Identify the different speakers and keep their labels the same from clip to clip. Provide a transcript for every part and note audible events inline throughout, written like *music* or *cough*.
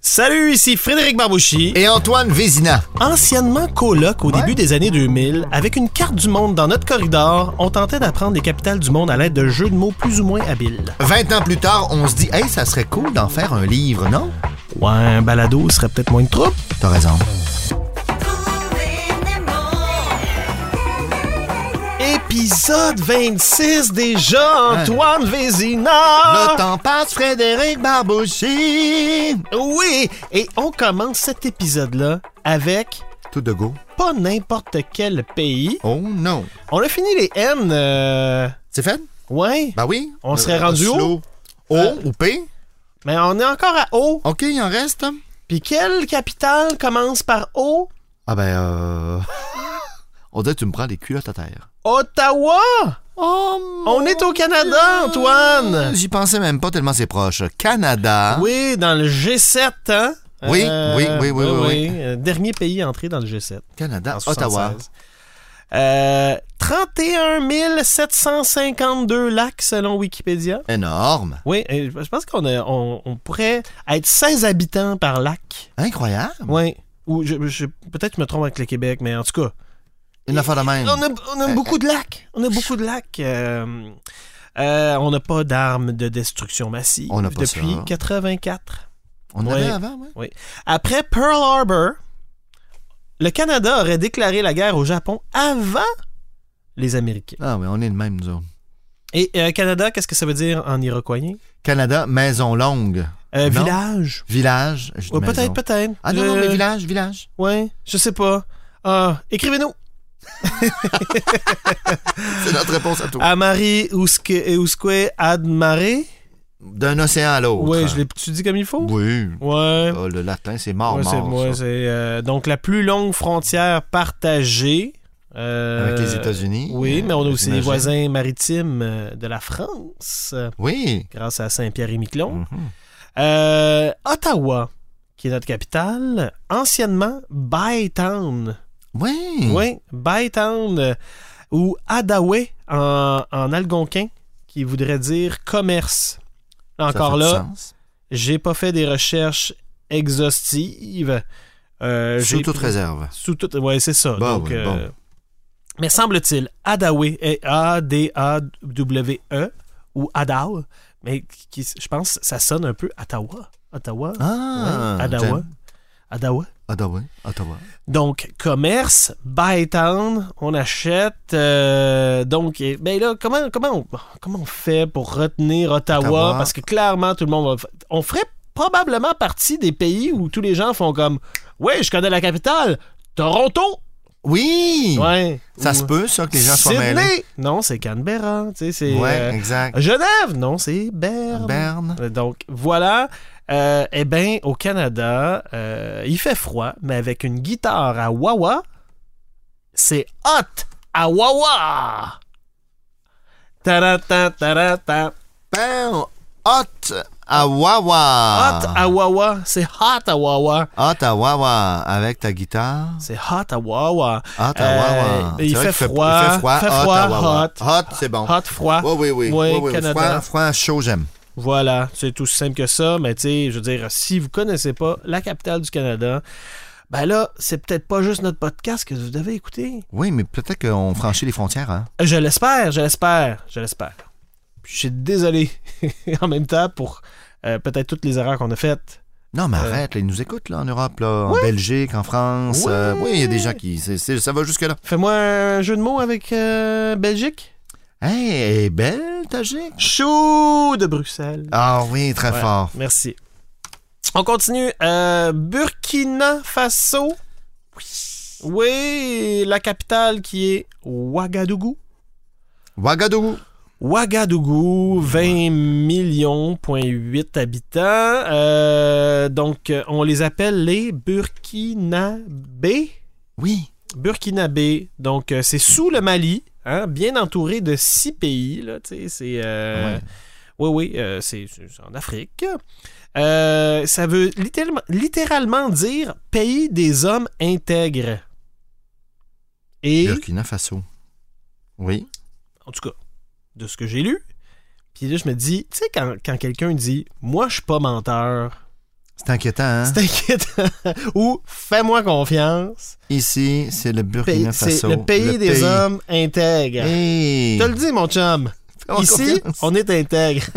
Speaker 1: Salut, ici Frédéric Barbouchi,
Speaker 2: Et Antoine Vézina.
Speaker 1: anciennement coloc au
Speaker 2: Ouais.
Speaker 1: début des années 2000. Avec une carte du monde dans notre corridor, on tentait d'apprendre les capitales du monde à l'aide de jeux de mots plus ou moins habiles.
Speaker 2: 20 ans plus tard, on se dit, hey, ça serait cool d'en faire un livre, non?
Speaker 1: Ouais, un balado serait peut-être moins de troupe.
Speaker 2: T'as raison.
Speaker 1: Épisode 26 déjà, Antoine
Speaker 2: Le
Speaker 1: Vézina!
Speaker 2: temps passe, Frédéric Barbouchi.
Speaker 1: Oui, et on commence cet épisode-là avec
Speaker 2: Tout de go.
Speaker 1: pas n'importe quel pays.
Speaker 2: Oh non.
Speaker 1: On a fini les N, euh...
Speaker 2: C'est fait?
Speaker 1: Ouais,
Speaker 2: Ben oui.
Speaker 1: On serait rendu
Speaker 2: slow. O
Speaker 1: Euh.
Speaker 2: ou P?
Speaker 1: mais on est encore à O.
Speaker 2: OK, il en reste.
Speaker 1: Puis quelle capitale commence par O?
Speaker 2: Ah ben, euh... *laughs* on dirait que tu me prends des culottes à terre.
Speaker 1: Ottawa!
Speaker 2: Oh,
Speaker 1: On est au Canada, Antoine!
Speaker 2: J'y pensais même pas tellement c'est proche. Canada.
Speaker 1: Oui, dans le G7, hein?
Speaker 2: Oui, oui, oui, oui,
Speaker 1: ben
Speaker 2: oui,
Speaker 1: Euh, Dernier pays entré dans le G7.
Speaker 2: Canada,
Speaker 1: en
Speaker 2: Ottawa.
Speaker 1: 76. Euh, 31 752 lacs selon Wikipédia.
Speaker 2: Énorme.
Speaker 1: Oui, euh, je pense qu'on a- on, on pourrait être 16 habitants par lac.
Speaker 2: Incroyable.
Speaker 1: Oui. Ou je, je- peut-être que je me trompe avec le Québec, mais en tout cas,
Speaker 2: Une affaire de même.
Speaker 1: on a, on a
Speaker 2: Euh,
Speaker 1: beaucoup de lacs. On a beaucoup de lacs. Euh, euh, on n'a pas d'armes de destruction massive
Speaker 2: On n'a pas
Speaker 1: depuis
Speaker 2: ça.
Speaker 1: 84.
Speaker 2: On
Speaker 1: Ouais.
Speaker 2: avait avant, ouais.
Speaker 1: Après Pearl Harbor, le Canada aurait déclaré la guerre au Japon avant les Américains.
Speaker 2: Ah oui, on est le même, nous autres.
Speaker 1: Et euh, Canada, qu'est-ce que ça veut dire en iroquoisien?
Speaker 2: Canada, maison longue.
Speaker 1: Euh,
Speaker 2: Non.
Speaker 1: village.
Speaker 2: Village. je dis
Speaker 1: Ouais,
Speaker 2: maison.
Speaker 1: Euh, peut-être, Euh, peut-être.
Speaker 2: Ah non, non,
Speaker 1: Je-
Speaker 2: mais village, village.
Speaker 1: Ouais, je sais pas. Ah, écrivez-nous
Speaker 2: Oh. C'est notre réponse à tout.
Speaker 1: à Marie Ousque, Ousque Admaré.
Speaker 2: D'un océan à l'autre.
Speaker 1: Ouais, je l'ai-tu dit comme il faut?
Speaker 2: Oui.
Speaker 1: Ouais.
Speaker 2: Ah, le latin, c'est mort,
Speaker 1: Ouais, c'est-
Speaker 2: mort.
Speaker 1: ouais,
Speaker 2: ça.
Speaker 1: c'est, euh, donc, la plus longue frontière partagée. euh,
Speaker 2: Avec les États-Unis.
Speaker 1: Oui, mais on a
Speaker 2: euh,
Speaker 1: aussi les
Speaker 2: j'imagine.
Speaker 1: voisins maritimes euh, de la France, euh,
Speaker 2: Oui.
Speaker 1: grâce à Saint-Pierre et Miquelon.
Speaker 2: Mhm.
Speaker 1: Euh, Ottawa, qui est notre capitale, anciennement Bytown.
Speaker 2: Oui.
Speaker 1: Oui, Bytown euh, ou Adaway en, en algonquin, qui voudrait dire commerce.
Speaker 2: Ça
Speaker 1: Encore
Speaker 2: fait du
Speaker 1: là,
Speaker 2: sens.
Speaker 1: j'ai pas fait des recherches exhaustives. Euh,
Speaker 2: Sous
Speaker 1: j'ai-
Speaker 2: toute réserve.
Speaker 1: sous toute- ouais, c'est ça.
Speaker 2: Bon,
Speaker 1: Donc,
Speaker 2: oui,
Speaker 1: euh,
Speaker 2: bon.
Speaker 1: Mais semble-t-il, Adawe est A-D-A-W-E E, ou Adaw, mais qui, je pense ça sonne un peu Ottawa. Ottawa.
Speaker 2: Ah.
Speaker 1: Ouais, Adawa.
Speaker 2: j'aime.
Speaker 1: Adawa.
Speaker 2: Ottawa. Ottawa.
Speaker 1: Donc, commerce, buy town, on achète. euh, donc, et- ben là, comment, comment, on, comment on fait pour retenir Ottawa?
Speaker 2: Ottawa.
Speaker 1: Parce que clairement, tout le monde va. f- On ferait probablement partie des pays où tous les gens font comme Ouais, je connais la capitale, Toronto!
Speaker 2: Oui.
Speaker 1: Ouais.
Speaker 2: Ça
Speaker 1: Ou-
Speaker 2: se peut, ça, que les gens soient
Speaker 1: Sydney!
Speaker 2: mêlés.
Speaker 1: Non, c'est Canberra. Tu sais, c'est.
Speaker 2: Ouais,
Speaker 1: euh,
Speaker 2: exact.
Speaker 1: Genève! Non, c'est Berne.
Speaker 2: Berne.
Speaker 1: Euh, Donc voilà. Euh, eh bien, au Canada, euh, il fait froid, mais avec une guitare à Wawa, c'est hot à Wawa! Ta-da-ta, ta-da-ta.
Speaker 2: Ben, Hot à Wawa.
Speaker 1: Hot
Speaker 2: Ah.
Speaker 1: à Wawa, c'est hot à Wawa.
Speaker 2: Hot à Wawa. Avec ta guitare.
Speaker 1: C'est hot à Wawa.
Speaker 2: Hot à Wawa.
Speaker 1: Euh, il
Speaker 2: C'est vrai
Speaker 1: fait
Speaker 2: qu'il
Speaker 1: froid,
Speaker 2: Il fait froid.
Speaker 1: fait
Speaker 2: hot
Speaker 1: froid,
Speaker 2: à Wawa.
Speaker 1: hot.
Speaker 2: Hot, c'est bon.
Speaker 1: Hot, froid.
Speaker 2: Oui, oui, oui.
Speaker 1: Ouais,
Speaker 2: oui, oui.
Speaker 1: Canada.
Speaker 2: Froid, froid, chaud, j'aime.
Speaker 1: Voilà, c'est tout simple que ça, mais tu sais, je veux dire, si vous connaissez pas la capitale du Canada, ben là, c'est peut-être pas juste notre podcast que vous devez écouter.
Speaker 2: Oui, mais peut-être qu'on franchit les frontières, hein?
Speaker 1: Je l'espère, je l'espère, je l'espère. Puis Je suis désolé *laughs* en même temps pour euh, peut-être toutes les erreurs qu'on a faites.
Speaker 2: Non, mais
Speaker 1: Euh.
Speaker 2: arrête, là, ils nous écoutent, là, en Europe, là, en Belgique, en France.
Speaker 1: Ouais.
Speaker 2: euh, oui, il y a des gens qui. c'est- c'est- ça va jusque-là.
Speaker 1: Fais-moi un jeu de mots avec euh, Belgique.
Speaker 2: Hey, elle est belle, Tajik.
Speaker 1: Chou de Bruxelles.
Speaker 2: Ah oui, très
Speaker 1: Ouais,
Speaker 2: fort.
Speaker 1: Merci. On continue. Euh, Burkina Faso. Oui, la capitale qui est Ouagadougou.
Speaker 2: Ouagadougou.
Speaker 1: Ouagadougou, 20 millions, point 8 habitants. Euh, donc, euh, on les appelle les Burkinabés.
Speaker 2: Oui.
Speaker 1: Burkinabés, donc euh, c'est sous le Mali, hein, bien entouré de six pays. Là, tu sais, c'est, euh,
Speaker 2: Ouais.
Speaker 1: Oui, oui, euh, c'est, c'est en Afrique. Euh, ça veut littéralement, littéralement dire pays des hommes intègres. Et
Speaker 2: Burkina Faso. Oui.
Speaker 1: en tout cas, de ce que j'ai lu. Puis là, je me dis, tu sais, quand, quand quelqu'un dit Moi, je suis pas menteur,
Speaker 2: C'est inquiétant, hein?
Speaker 1: C'est inquiétant. *laughs* Ou fais-moi confiance.
Speaker 2: Ici, c'est le Burkina
Speaker 1: Pays- c'est
Speaker 2: Faso.
Speaker 1: le pays des hommes intègres.
Speaker 2: Hey!
Speaker 1: Je te le dis, mon chum.
Speaker 2: Fais-moi
Speaker 1: Ici,
Speaker 2: confiance.
Speaker 1: on est intègre.
Speaker 2: *laughs*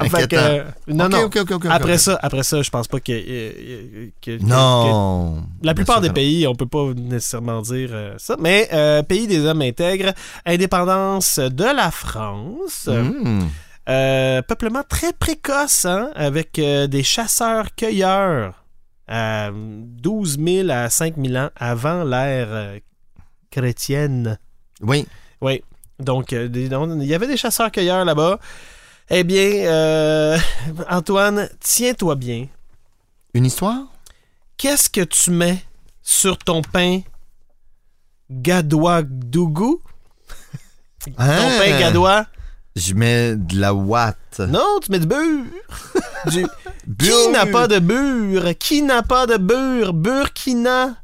Speaker 1: Fait que,
Speaker 2: Inquiétant.
Speaker 1: non,
Speaker 2: Ok,
Speaker 1: non.
Speaker 2: ok, ok, ok, ok.
Speaker 1: Après ça, après ça, je pense pas que, euh, que- que-
Speaker 2: Non.
Speaker 1: que- la plupart
Speaker 2: Bien
Speaker 1: des
Speaker 2: sûr que
Speaker 1: pays, on peut pas nécessairement dire euh, ça, mais euh, pays des hommes intègres, indépendance de la France,
Speaker 2: non. Hmm.
Speaker 1: euh, peuplement très précoce, hein, avec euh, des chasseurs-cueilleurs, à 12 000 à 5 000 ans avant l'ère euh, chrétienne.
Speaker 2: Oui.
Speaker 1: Oui. Donc, euh, des- on- il y avait des chasseurs-cueilleurs là-bas. Eh bien, euh, *laughs* Antoine, tiens-toi bien.
Speaker 2: Une histoire?
Speaker 1: Qu'est-ce que tu mets sur ton pain gadois-dougou? Ton
Speaker 2: Ah!
Speaker 1: pain gadois?
Speaker 2: Hein? Je mets de la ouate.
Speaker 1: Non, tu mets du beurre. Du- Qui
Speaker 2: Burk.
Speaker 1: n'a pas de beurre? Qui n'a pas de beurre? Burkina.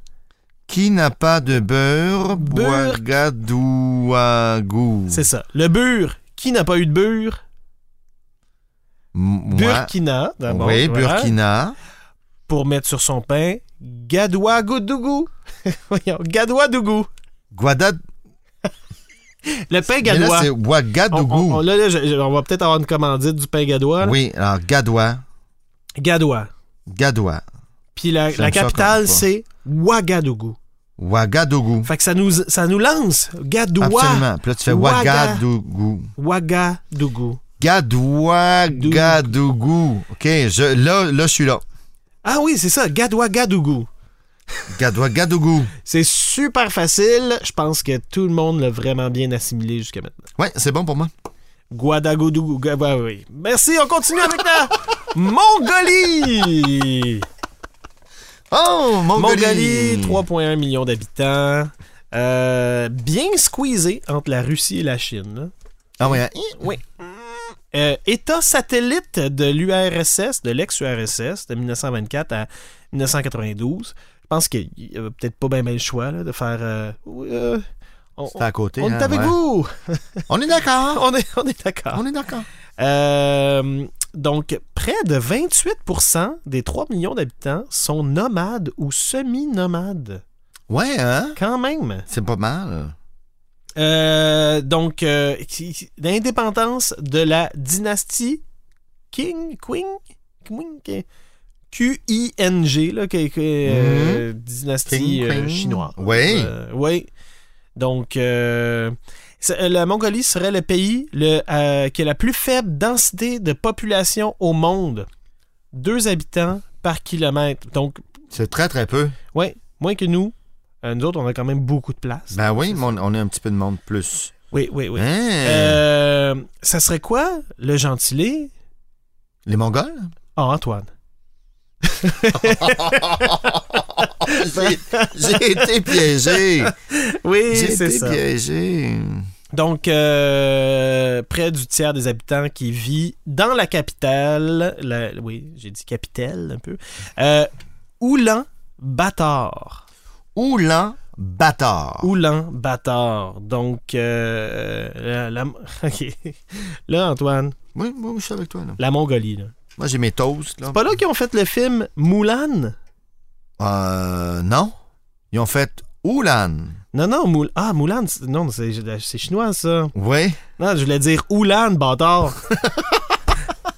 Speaker 2: Qui n'a pas de beurre?
Speaker 1: Burk.
Speaker 2: Ouagadougou.
Speaker 1: C'est ça. Le beurre. Qui n'a pas eu de beurre?
Speaker 2: Moi.
Speaker 1: Burkina, d'abord.
Speaker 2: oui,
Speaker 1: voilà.
Speaker 2: Burkina.
Speaker 1: Pour mettre sur son pain gadois-dougou. *laughs* Voyons, gadois-dougou.
Speaker 2: Guada...
Speaker 1: Le pain
Speaker 2: Mais là,
Speaker 1: gadois.
Speaker 2: c'est
Speaker 1: on, on- on-
Speaker 2: Ouagadougou.
Speaker 1: là, là, je- je- on va peut-être avoir une commandite du pain gadois. là.
Speaker 2: Oui, alors Gadois.
Speaker 1: Gadois.
Speaker 2: Gadois.
Speaker 1: Puis la,
Speaker 2: J'aime
Speaker 1: la
Speaker 2: ça
Speaker 1: capitale,
Speaker 2: comme ça.
Speaker 1: c'est Ouagadougou.
Speaker 2: Ouagadougou.
Speaker 1: Fait que ça nous, ça nous lance. Gadoua.
Speaker 2: Absolument. Puis là, tu fais
Speaker 1: Ouaga.
Speaker 2: Ouagadougou.
Speaker 1: Ouagadougou.
Speaker 2: Gadouagadougou. OK, je, là, là, je suis là.
Speaker 1: Ah oui, c'est ça. Gadouagadougou.
Speaker 2: Gadouagadougou.
Speaker 1: C'est super facile. Je pense que tout le monde l'a vraiment bien assimilé jusqu'à maintenant.
Speaker 2: Ouais, c'est bon pour moi.
Speaker 1: Guadagodougou. Ga- ouais, ouais. Merci. On continue avec *laughs* la Mongolie.
Speaker 2: Oh, Mongolie.
Speaker 1: Mongolie, 3,1 millions d'habitants. Euh, bien squeezé entre la Russie et la Chine. là.
Speaker 2: Ah ouais, hein?
Speaker 1: Oui. Euh, état satellite de l'URSS, de l'ex-URSS, de 1924 à 1992. Je pense qu'il n'y avait peut-être pas bien le choix là, de faire. euh, Oui, euh, on,
Speaker 2: C'est à côté.
Speaker 1: on
Speaker 2: hein,
Speaker 1: est avec
Speaker 2: ouais.
Speaker 1: vous! *laughs*
Speaker 2: On est d'accord.
Speaker 1: On est, on est d'accord.
Speaker 2: On est d'accord.
Speaker 1: Euh, donc, près de 28% des 3 millions d'habitants sont nomades ou semi-nomades.
Speaker 2: Ouais, hein?
Speaker 1: Quand même!
Speaker 2: C'est pas mal.
Speaker 1: Euh, donc, euh, qui- qui- l'indépendance de la dynastie King, Queen, Queen, qui- Q-I-N-G, là, qui- qui- euh, dynastie
Speaker 2: King,
Speaker 1: euh,
Speaker 2: Queen.
Speaker 1: chinoise.
Speaker 2: Mhm. Oui.
Speaker 1: Euh, oui. Donc, euh, c'est- euh, la Mongolie serait le pays le, euh, qui a la plus faible densité de population au monde. Deux habitants par kilomètre. Donc,
Speaker 2: C'est très, très peu.
Speaker 1: ouais, moins que nous. Euh, nous autres, on a quand même beaucoup de place.
Speaker 2: Ben oui, mais on, on a un petit peu de monde plus.
Speaker 1: Oui, oui, oui.
Speaker 2: Hein?
Speaker 1: Euh, ça serait quoi le gentilé *laughs*
Speaker 2: Les Mongols?
Speaker 1: Ah, Antoine.
Speaker 2: J'ai j'ai été piégé.
Speaker 1: Oui,
Speaker 2: *laughs* J'ai
Speaker 1: c'est
Speaker 2: été
Speaker 1: ça.
Speaker 2: piégé.
Speaker 1: Donc, euh, près du tiers des habitants qui vit dans la capitale, la- oui, j'ai dit capitale un peu, euh, Oulan-Bator.
Speaker 2: Oulan Bâtard.
Speaker 1: Ah. Oulan-Bator. Donc, euh, la- la- *laughs* ok. là, Antoine,
Speaker 2: Oui, moi, je suis avec toi. Là.
Speaker 1: la Mongolie. là.
Speaker 2: Moi, j'ai mes toasts. Là.
Speaker 1: Pas là qu'ils ont fait le film Moulin
Speaker 2: Euh, non. Ils ont fait Oulan.
Speaker 1: Non, non, Moul ah, Moulin, c'est- non, c'est c'est chinois ça.
Speaker 2: Oui.
Speaker 1: Non, je voulais dire Oulan, *laughs* bâtard.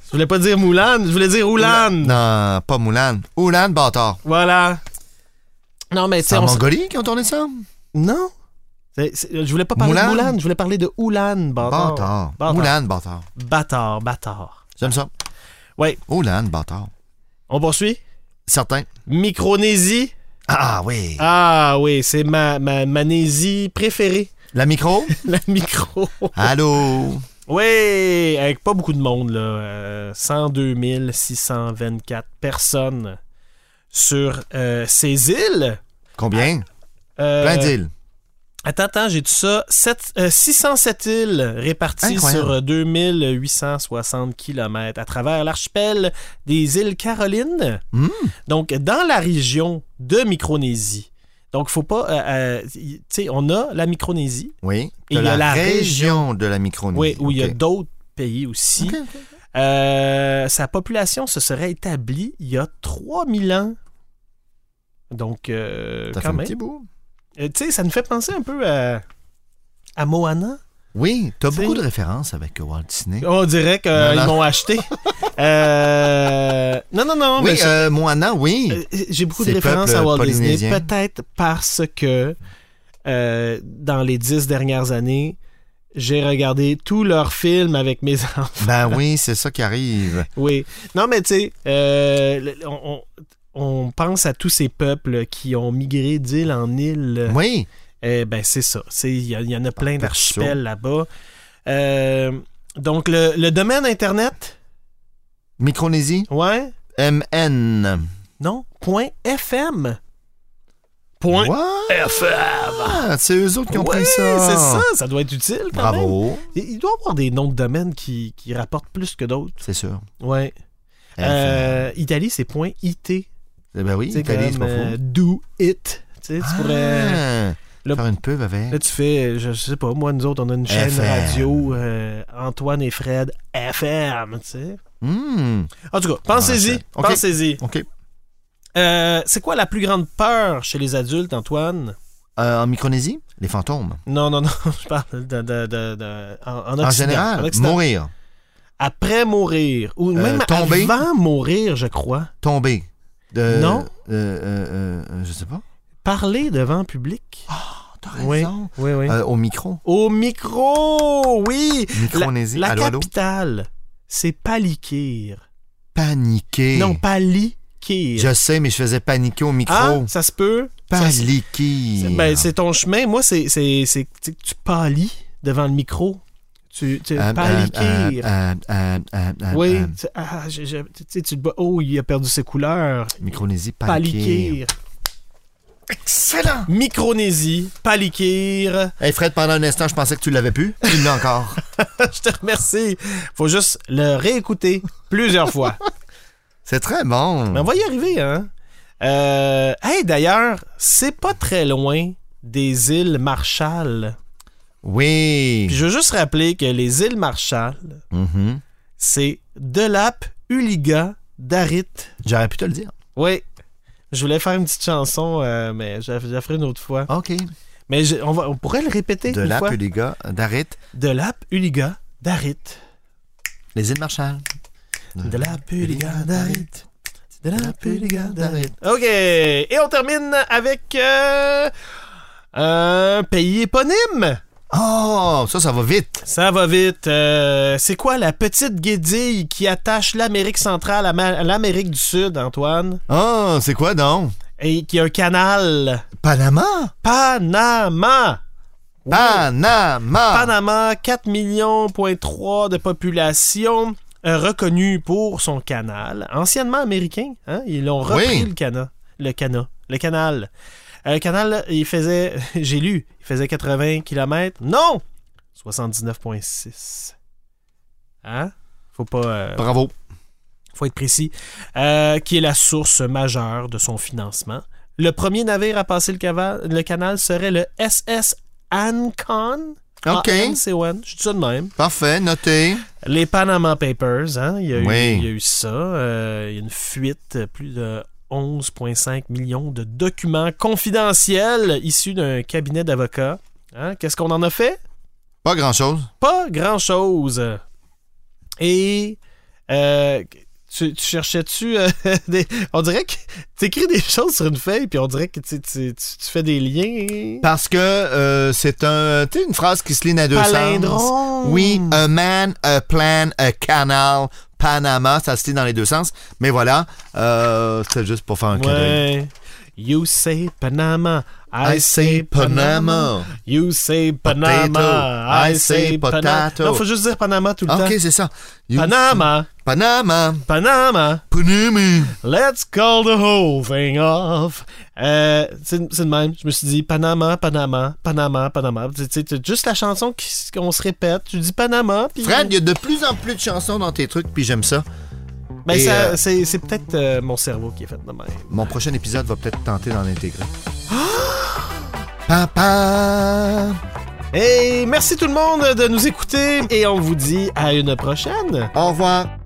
Speaker 1: je voulais pas dire Moulane, je voulais dire Oulan.
Speaker 2: Non, pas Moulan. Oulan Bâtard.
Speaker 1: Voilà. Non, mais tu
Speaker 2: C'est
Speaker 1: sais,
Speaker 2: en
Speaker 1: on s-
Speaker 2: Mongolie qui ont tourné ça?
Speaker 1: Non. C'est- c'est- je voulais pas parler
Speaker 2: Moulin.
Speaker 1: de Moulane, je voulais parler de Oulan, bâtard.
Speaker 2: Bâtard.
Speaker 1: Bâtard.
Speaker 2: Oulan Bâtard.
Speaker 1: Bâtard, bâtard.
Speaker 2: J'aime ça.
Speaker 1: Ouais.
Speaker 2: Oulan Bâtard.
Speaker 1: On poursuit?
Speaker 2: Certain.
Speaker 1: Micronésie.
Speaker 2: Ah oui.
Speaker 1: Ah oui, c'est ma, ma, ma Nésie préférée.
Speaker 2: La micro?
Speaker 1: *laughs* La micro.
Speaker 2: Allô?
Speaker 1: oui, avec pas beaucoup de monde, là. Euh, 102 624 personnes sur euh, ces îles.
Speaker 2: Combien?
Speaker 1: Euh,
Speaker 2: Plein d'îles.
Speaker 1: Attends, attends, j'ai tout ça. Sept- euh, 607 îles réparties
Speaker 2: Incroyable.
Speaker 1: sur euh, 2860 km à travers l'archipel des îles Carolines.
Speaker 2: Hmm.
Speaker 1: Donc, dans la région de Micronésie. Donc, faut pas. euh, euh, y- tu sais, on a la Micronésie,
Speaker 2: Oui.
Speaker 1: Et
Speaker 2: De
Speaker 1: il y a la
Speaker 2: région de la Micronésie.
Speaker 1: oui, où il y a
Speaker 2: Ok.
Speaker 1: d'autres pays aussi.
Speaker 2: Ok, ok.
Speaker 1: Euh, sa population se serait établie il y a 3000 ans. Donc, euh,
Speaker 2: T'as fait
Speaker 1: quand
Speaker 2: un
Speaker 1: même.
Speaker 2: petit bout.
Speaker 1: Euh, tu sais, ça nous fait penser un peu à, à Moana.
Speaker 2: Oui, t'as
Speaker 1: C'est-
Speaker 2: beaucoup de références avec Walt Disney.
Speaker 1: On dirait qu'ils
Speaker 2: Non, non.
Speaker 1: m'ont
Speaker 2: *laughs*
Speaker 1: acheté. Euh, non, non, non.
Speaker 2: oui,
Speaker 1: mais c'est-
Speaker 2: euh, Moana, oui.
Speaker 1: euh, j'ai beaucoup de
Speaker 2: ces
Speaker 1: références
Speaker 2: peuples
Speaker 1: à Walt Disney.
Speaker 2: polynésiens.
Speaker 1: Peut-être parce que euh, dans les dix dernières années, j'ai regardé tous leurs films avec mes *laughs* enfants.
Speaker 2: Ben oui, c'est ça
Speaker 1: *laughs*
Speaker 2: qui arrive.
Speaker 1: Oui. Non, mais tu sais, euh, le- on, on- on pense à tous ces peuples qui ont migré d'île en île.
Speaker 2: Oui,
Speaker 1: Eh ben, c'est ça. C'est- Il y, a- il y en a plein
Speaker 2: perso.
Speaker 1: d'archipels là-bas. Euh, donc, le, le domaine Internet,
Speaker 2: Micronésie,
Speaker 1: ouais,
Speaker 2: MN.
Speaker 1: non, point .fm. Point
Speaker 2: What?
Speaker 1: .fm.
Speaker 2: Ah, c'est eux autres qui ont
Speaker 1: Ouais,
Speaker 2: pris ça.
Speaker 1: c'est ça. Ça doit être utile quand même.
Speaker 2: Bravo,
Speaker 1: Il il doit y avoir des noms de domaines qui, qui rapportent plus que d'autres.
Speaker 2: c'est sûr.
Speaker 1: Ouais. Euh, Italie, c'est point .it.
Speaker 2: Eh ben oui,
Speaker 1: Tu sais,
Speaker 2: Italie, c'est
Speaker 1: comme,
Speaker 2: pas
Speaker 1: euh,
Speaker 2: faux.
Speaker 1: do it. Tu sais, tu pourrais.
Speaker 2: Ah,
Speaker 1: là-
Speaker 2: faire une pub avec.
Speaker 1: Là, tu fais, je sais pas, moi, nous autres, on a une chaîne
Speaker 2: FM.
Speaker 1: radio, euh, Antoine et Fred FM, tu sais.
Speaker 2: Hmm,
Speaker 1: En tout cas, pensez-y.
Speaker 2: Ouais, c'est- ok.
Speaker 1: Pensez-y.
Speaker 2: OK.
Speaker 1: Euh, c'est quoi la plus grande peur chez les adultes, Antoine?
Speaker 2: Euh, en Micronésie, les fantômes.
Speaker 1: Non, non, *laughs* non, je parle de, de- de- de- en, en Occident,
Speaker 2: en général,
Speaker 1: en Occident.
Speaker 2: mourir, Euh,
Speaker 1: Après mourir, ou même
Speaker 2: tomber.
Speaker 1: avant mourir, je crois.
Speaker 2: tomber. De,
Speaker 1: Non.
Speaker 2: euh, euh, euh, je sais pas.
Speaker 1: Parler devant public.
Speaker 2: Oh, t'as
Speaker 1: Oui.
Speaker 2: raison.
Speaker 1: Oui, oui.
Speaker 2: Euh, au micro.
Speaker 1: Au micro! Oui!
Speaker 2: Micronésie,
Speaker 1: La
Speaker 2: allô, allô.
Speaker 1: capitale, c'est Palikir.
Speaker 2: Paniquer.
Speaker 1: Non, Palikir.
Speaker 2: Je sais, mais je faisais paniquer au micro.
Speaker 1: Ah, ça se peut. Ça se-
Speaker 2: Paniquer.
Speaker 1: c'est- ben, c'est ton chemin. Moi, c'est c'est- c'est- tu sais que tu pâlis devant le micro. Tu, tu
Speaker 2: Euh,
Speaker 1: Palikir.
Speaker 2: euh, euh, euh, euh,
Speaker 1: oui.
Speaker 2: euh,
Speaker 1: tu- ah, je- je- tu sais, tu te bats. Oh, il a perdu ses couleurs.
Speaker 2: Micronésie, paniquer.
Speaker 1: Palikir.
Speaker 2: Excellent.
Speaker 1: Micronésie, Palikir. *laughs*
Speaker 2: Hey Fred, pendant un instant, je pensais que tu l'avais pu. Tu l'as encore.
Speaker 1: Je te remercie. Faut juste le réécouter plusieurs fois.
Speaker 2: C'est très bon.
Speaker 1: Mais on va y arriver, hein? Euh, hey, d'ailleurs, c'est pas très loin des îles Marshall. Puis
Speaker 2: Oui.
Speaker 1: je veux juste rappeler que les îles Marshall,
Speaker 2: Mhm.
Speaker 1: c'est Delap, Uliga, Darit.
Speaker 2: J'aurais pu te le dire.
Speaker 1: Oui. Je voulais faire une petite chanson, euh, mais je la je la ferai une autre fois.
Speaker 2: OK.
Speaker 1: Mais je- on, va- on pourrait le répéter
Speaker 2: De
Speaker 1: une
Speaker 2: là,
Speaker 1: fois.
Speaker 2: puis les gars, d'arrête.
Speaker 1: Delap, Uliga, Darit.
Speaker 2: Les îles Marshall.
Speaker 1: Delap, Uliga, Darit. Delap, Uliga, Darit. OK. Et on termine avec euh, un pays éponyme.
Speaker 2: Oh, ça, ça va vite.
Speaker 1: Ça va vite. Euh, c'est quoi la petite guédille qui attache l'Amérique centrale à, ma- à l'Amérique du Sud, Antoine?
Speaker 2: Oh, c'est quoi donc?
Speaker 1: Et qui a un canal.
Speaker 2: Panama?
Speaker 1: Panama!
Speaker 2: Panama!
Speaker 1: Panama, 4 millions,3 de population, euh, reconnu pour son canal. Anciennement américain, hein? Ils l'ont repris
Speaker 2: Oui.
Speaker 1: le canal. Le canal. Le canal. Euh, le canal, il faisait, *laughs* j'ai lu, il faisait 80 km. Non! 79,6. Hein? Faut pas. euh,
Speaker 2: Bravo.
Speaker 1: faut être précis, euh, qui est la source majeure de son financement. Le premier navire à passer le, cava- le canal serait le SS Ancon.
Speaker 2: OK.
Speaker 1: ANCON, je dis ça de même.
Speaker 2: Parfait, noté.
Speaker 1: Les Panama Papers, hein, il, y a eu,
Speaker 2: Oui.
Speaker 1: il y a eu ça. euh, il y a une fuite, plus de 11,5 millions de documents confidentiels issus d'un cabinet d'avocats. Hein, Qu'est-ce qu'on en a fait?
Speaker 2: Pas grand-chose.
Speaker 1: pas grand chose. Et euh, tu, tu cherchais-tu euh, *laughs* des- On dirait que t'écris des choses sur une feuille, puis on dirait que tu, tu- tu- tu fais des liens.
Speaker 2: Parce que euh, c'est un, tu sais, une phrase qui se lie à deux sens.
Speaker 1: Palindrome.
Speaker 2: Oui, a man, a plan, a canal, Panama, ça se lit dans les deux sens. Mais voilà, euh, c'était juste pour faire un clin d'œil.
Speaker 1: Ouais. You say Panama, I, say Panama.
Speaker 2: Panama.
Speaker 1: You say Panama,
Speaker 2: Potato.
Speaker 1: I say
Speaker 2: I say
Speaker 1: Panama.
Speaker 2: potato.
Speaker 1: Non, faut juste dire Panama tout le
Speaker 2: Ok,
Speaker 1: temps.
Speaker 2: c'est ça. You-
Speaker 1: Panama,
Speaker 2: Panama.
Speaker 1: Panama.
Speaker 2: Panama.
Speaker 1: Let's call the whole thing off. Euh, c'est c'est le même. Je me suis dit Panama, Panama, Panama, Panama. Tu sais, t'as juste la chanson qui- qu'on se répète. Tu dis Panama. Puis,
Speaker 2: Fred, il y a de plus en plus de chansons dans tes trucs, puis j'aime ça.
Speaker 1: ben,
Speaker 2: et,
Speaker 1: ça-
Speaker 2: euh,
Speaker 1: c'est c'est peut-être euh, mon cerveau qui est fait de même.
Speaker 2: Mon prochain épisode va peut-être tenter d'en intégrer. *gasps* Papa!
Speaker 1: Et merci tout le monde de nous écouter et on vous dit à une prochaine.
Speaker 2: Au revoir!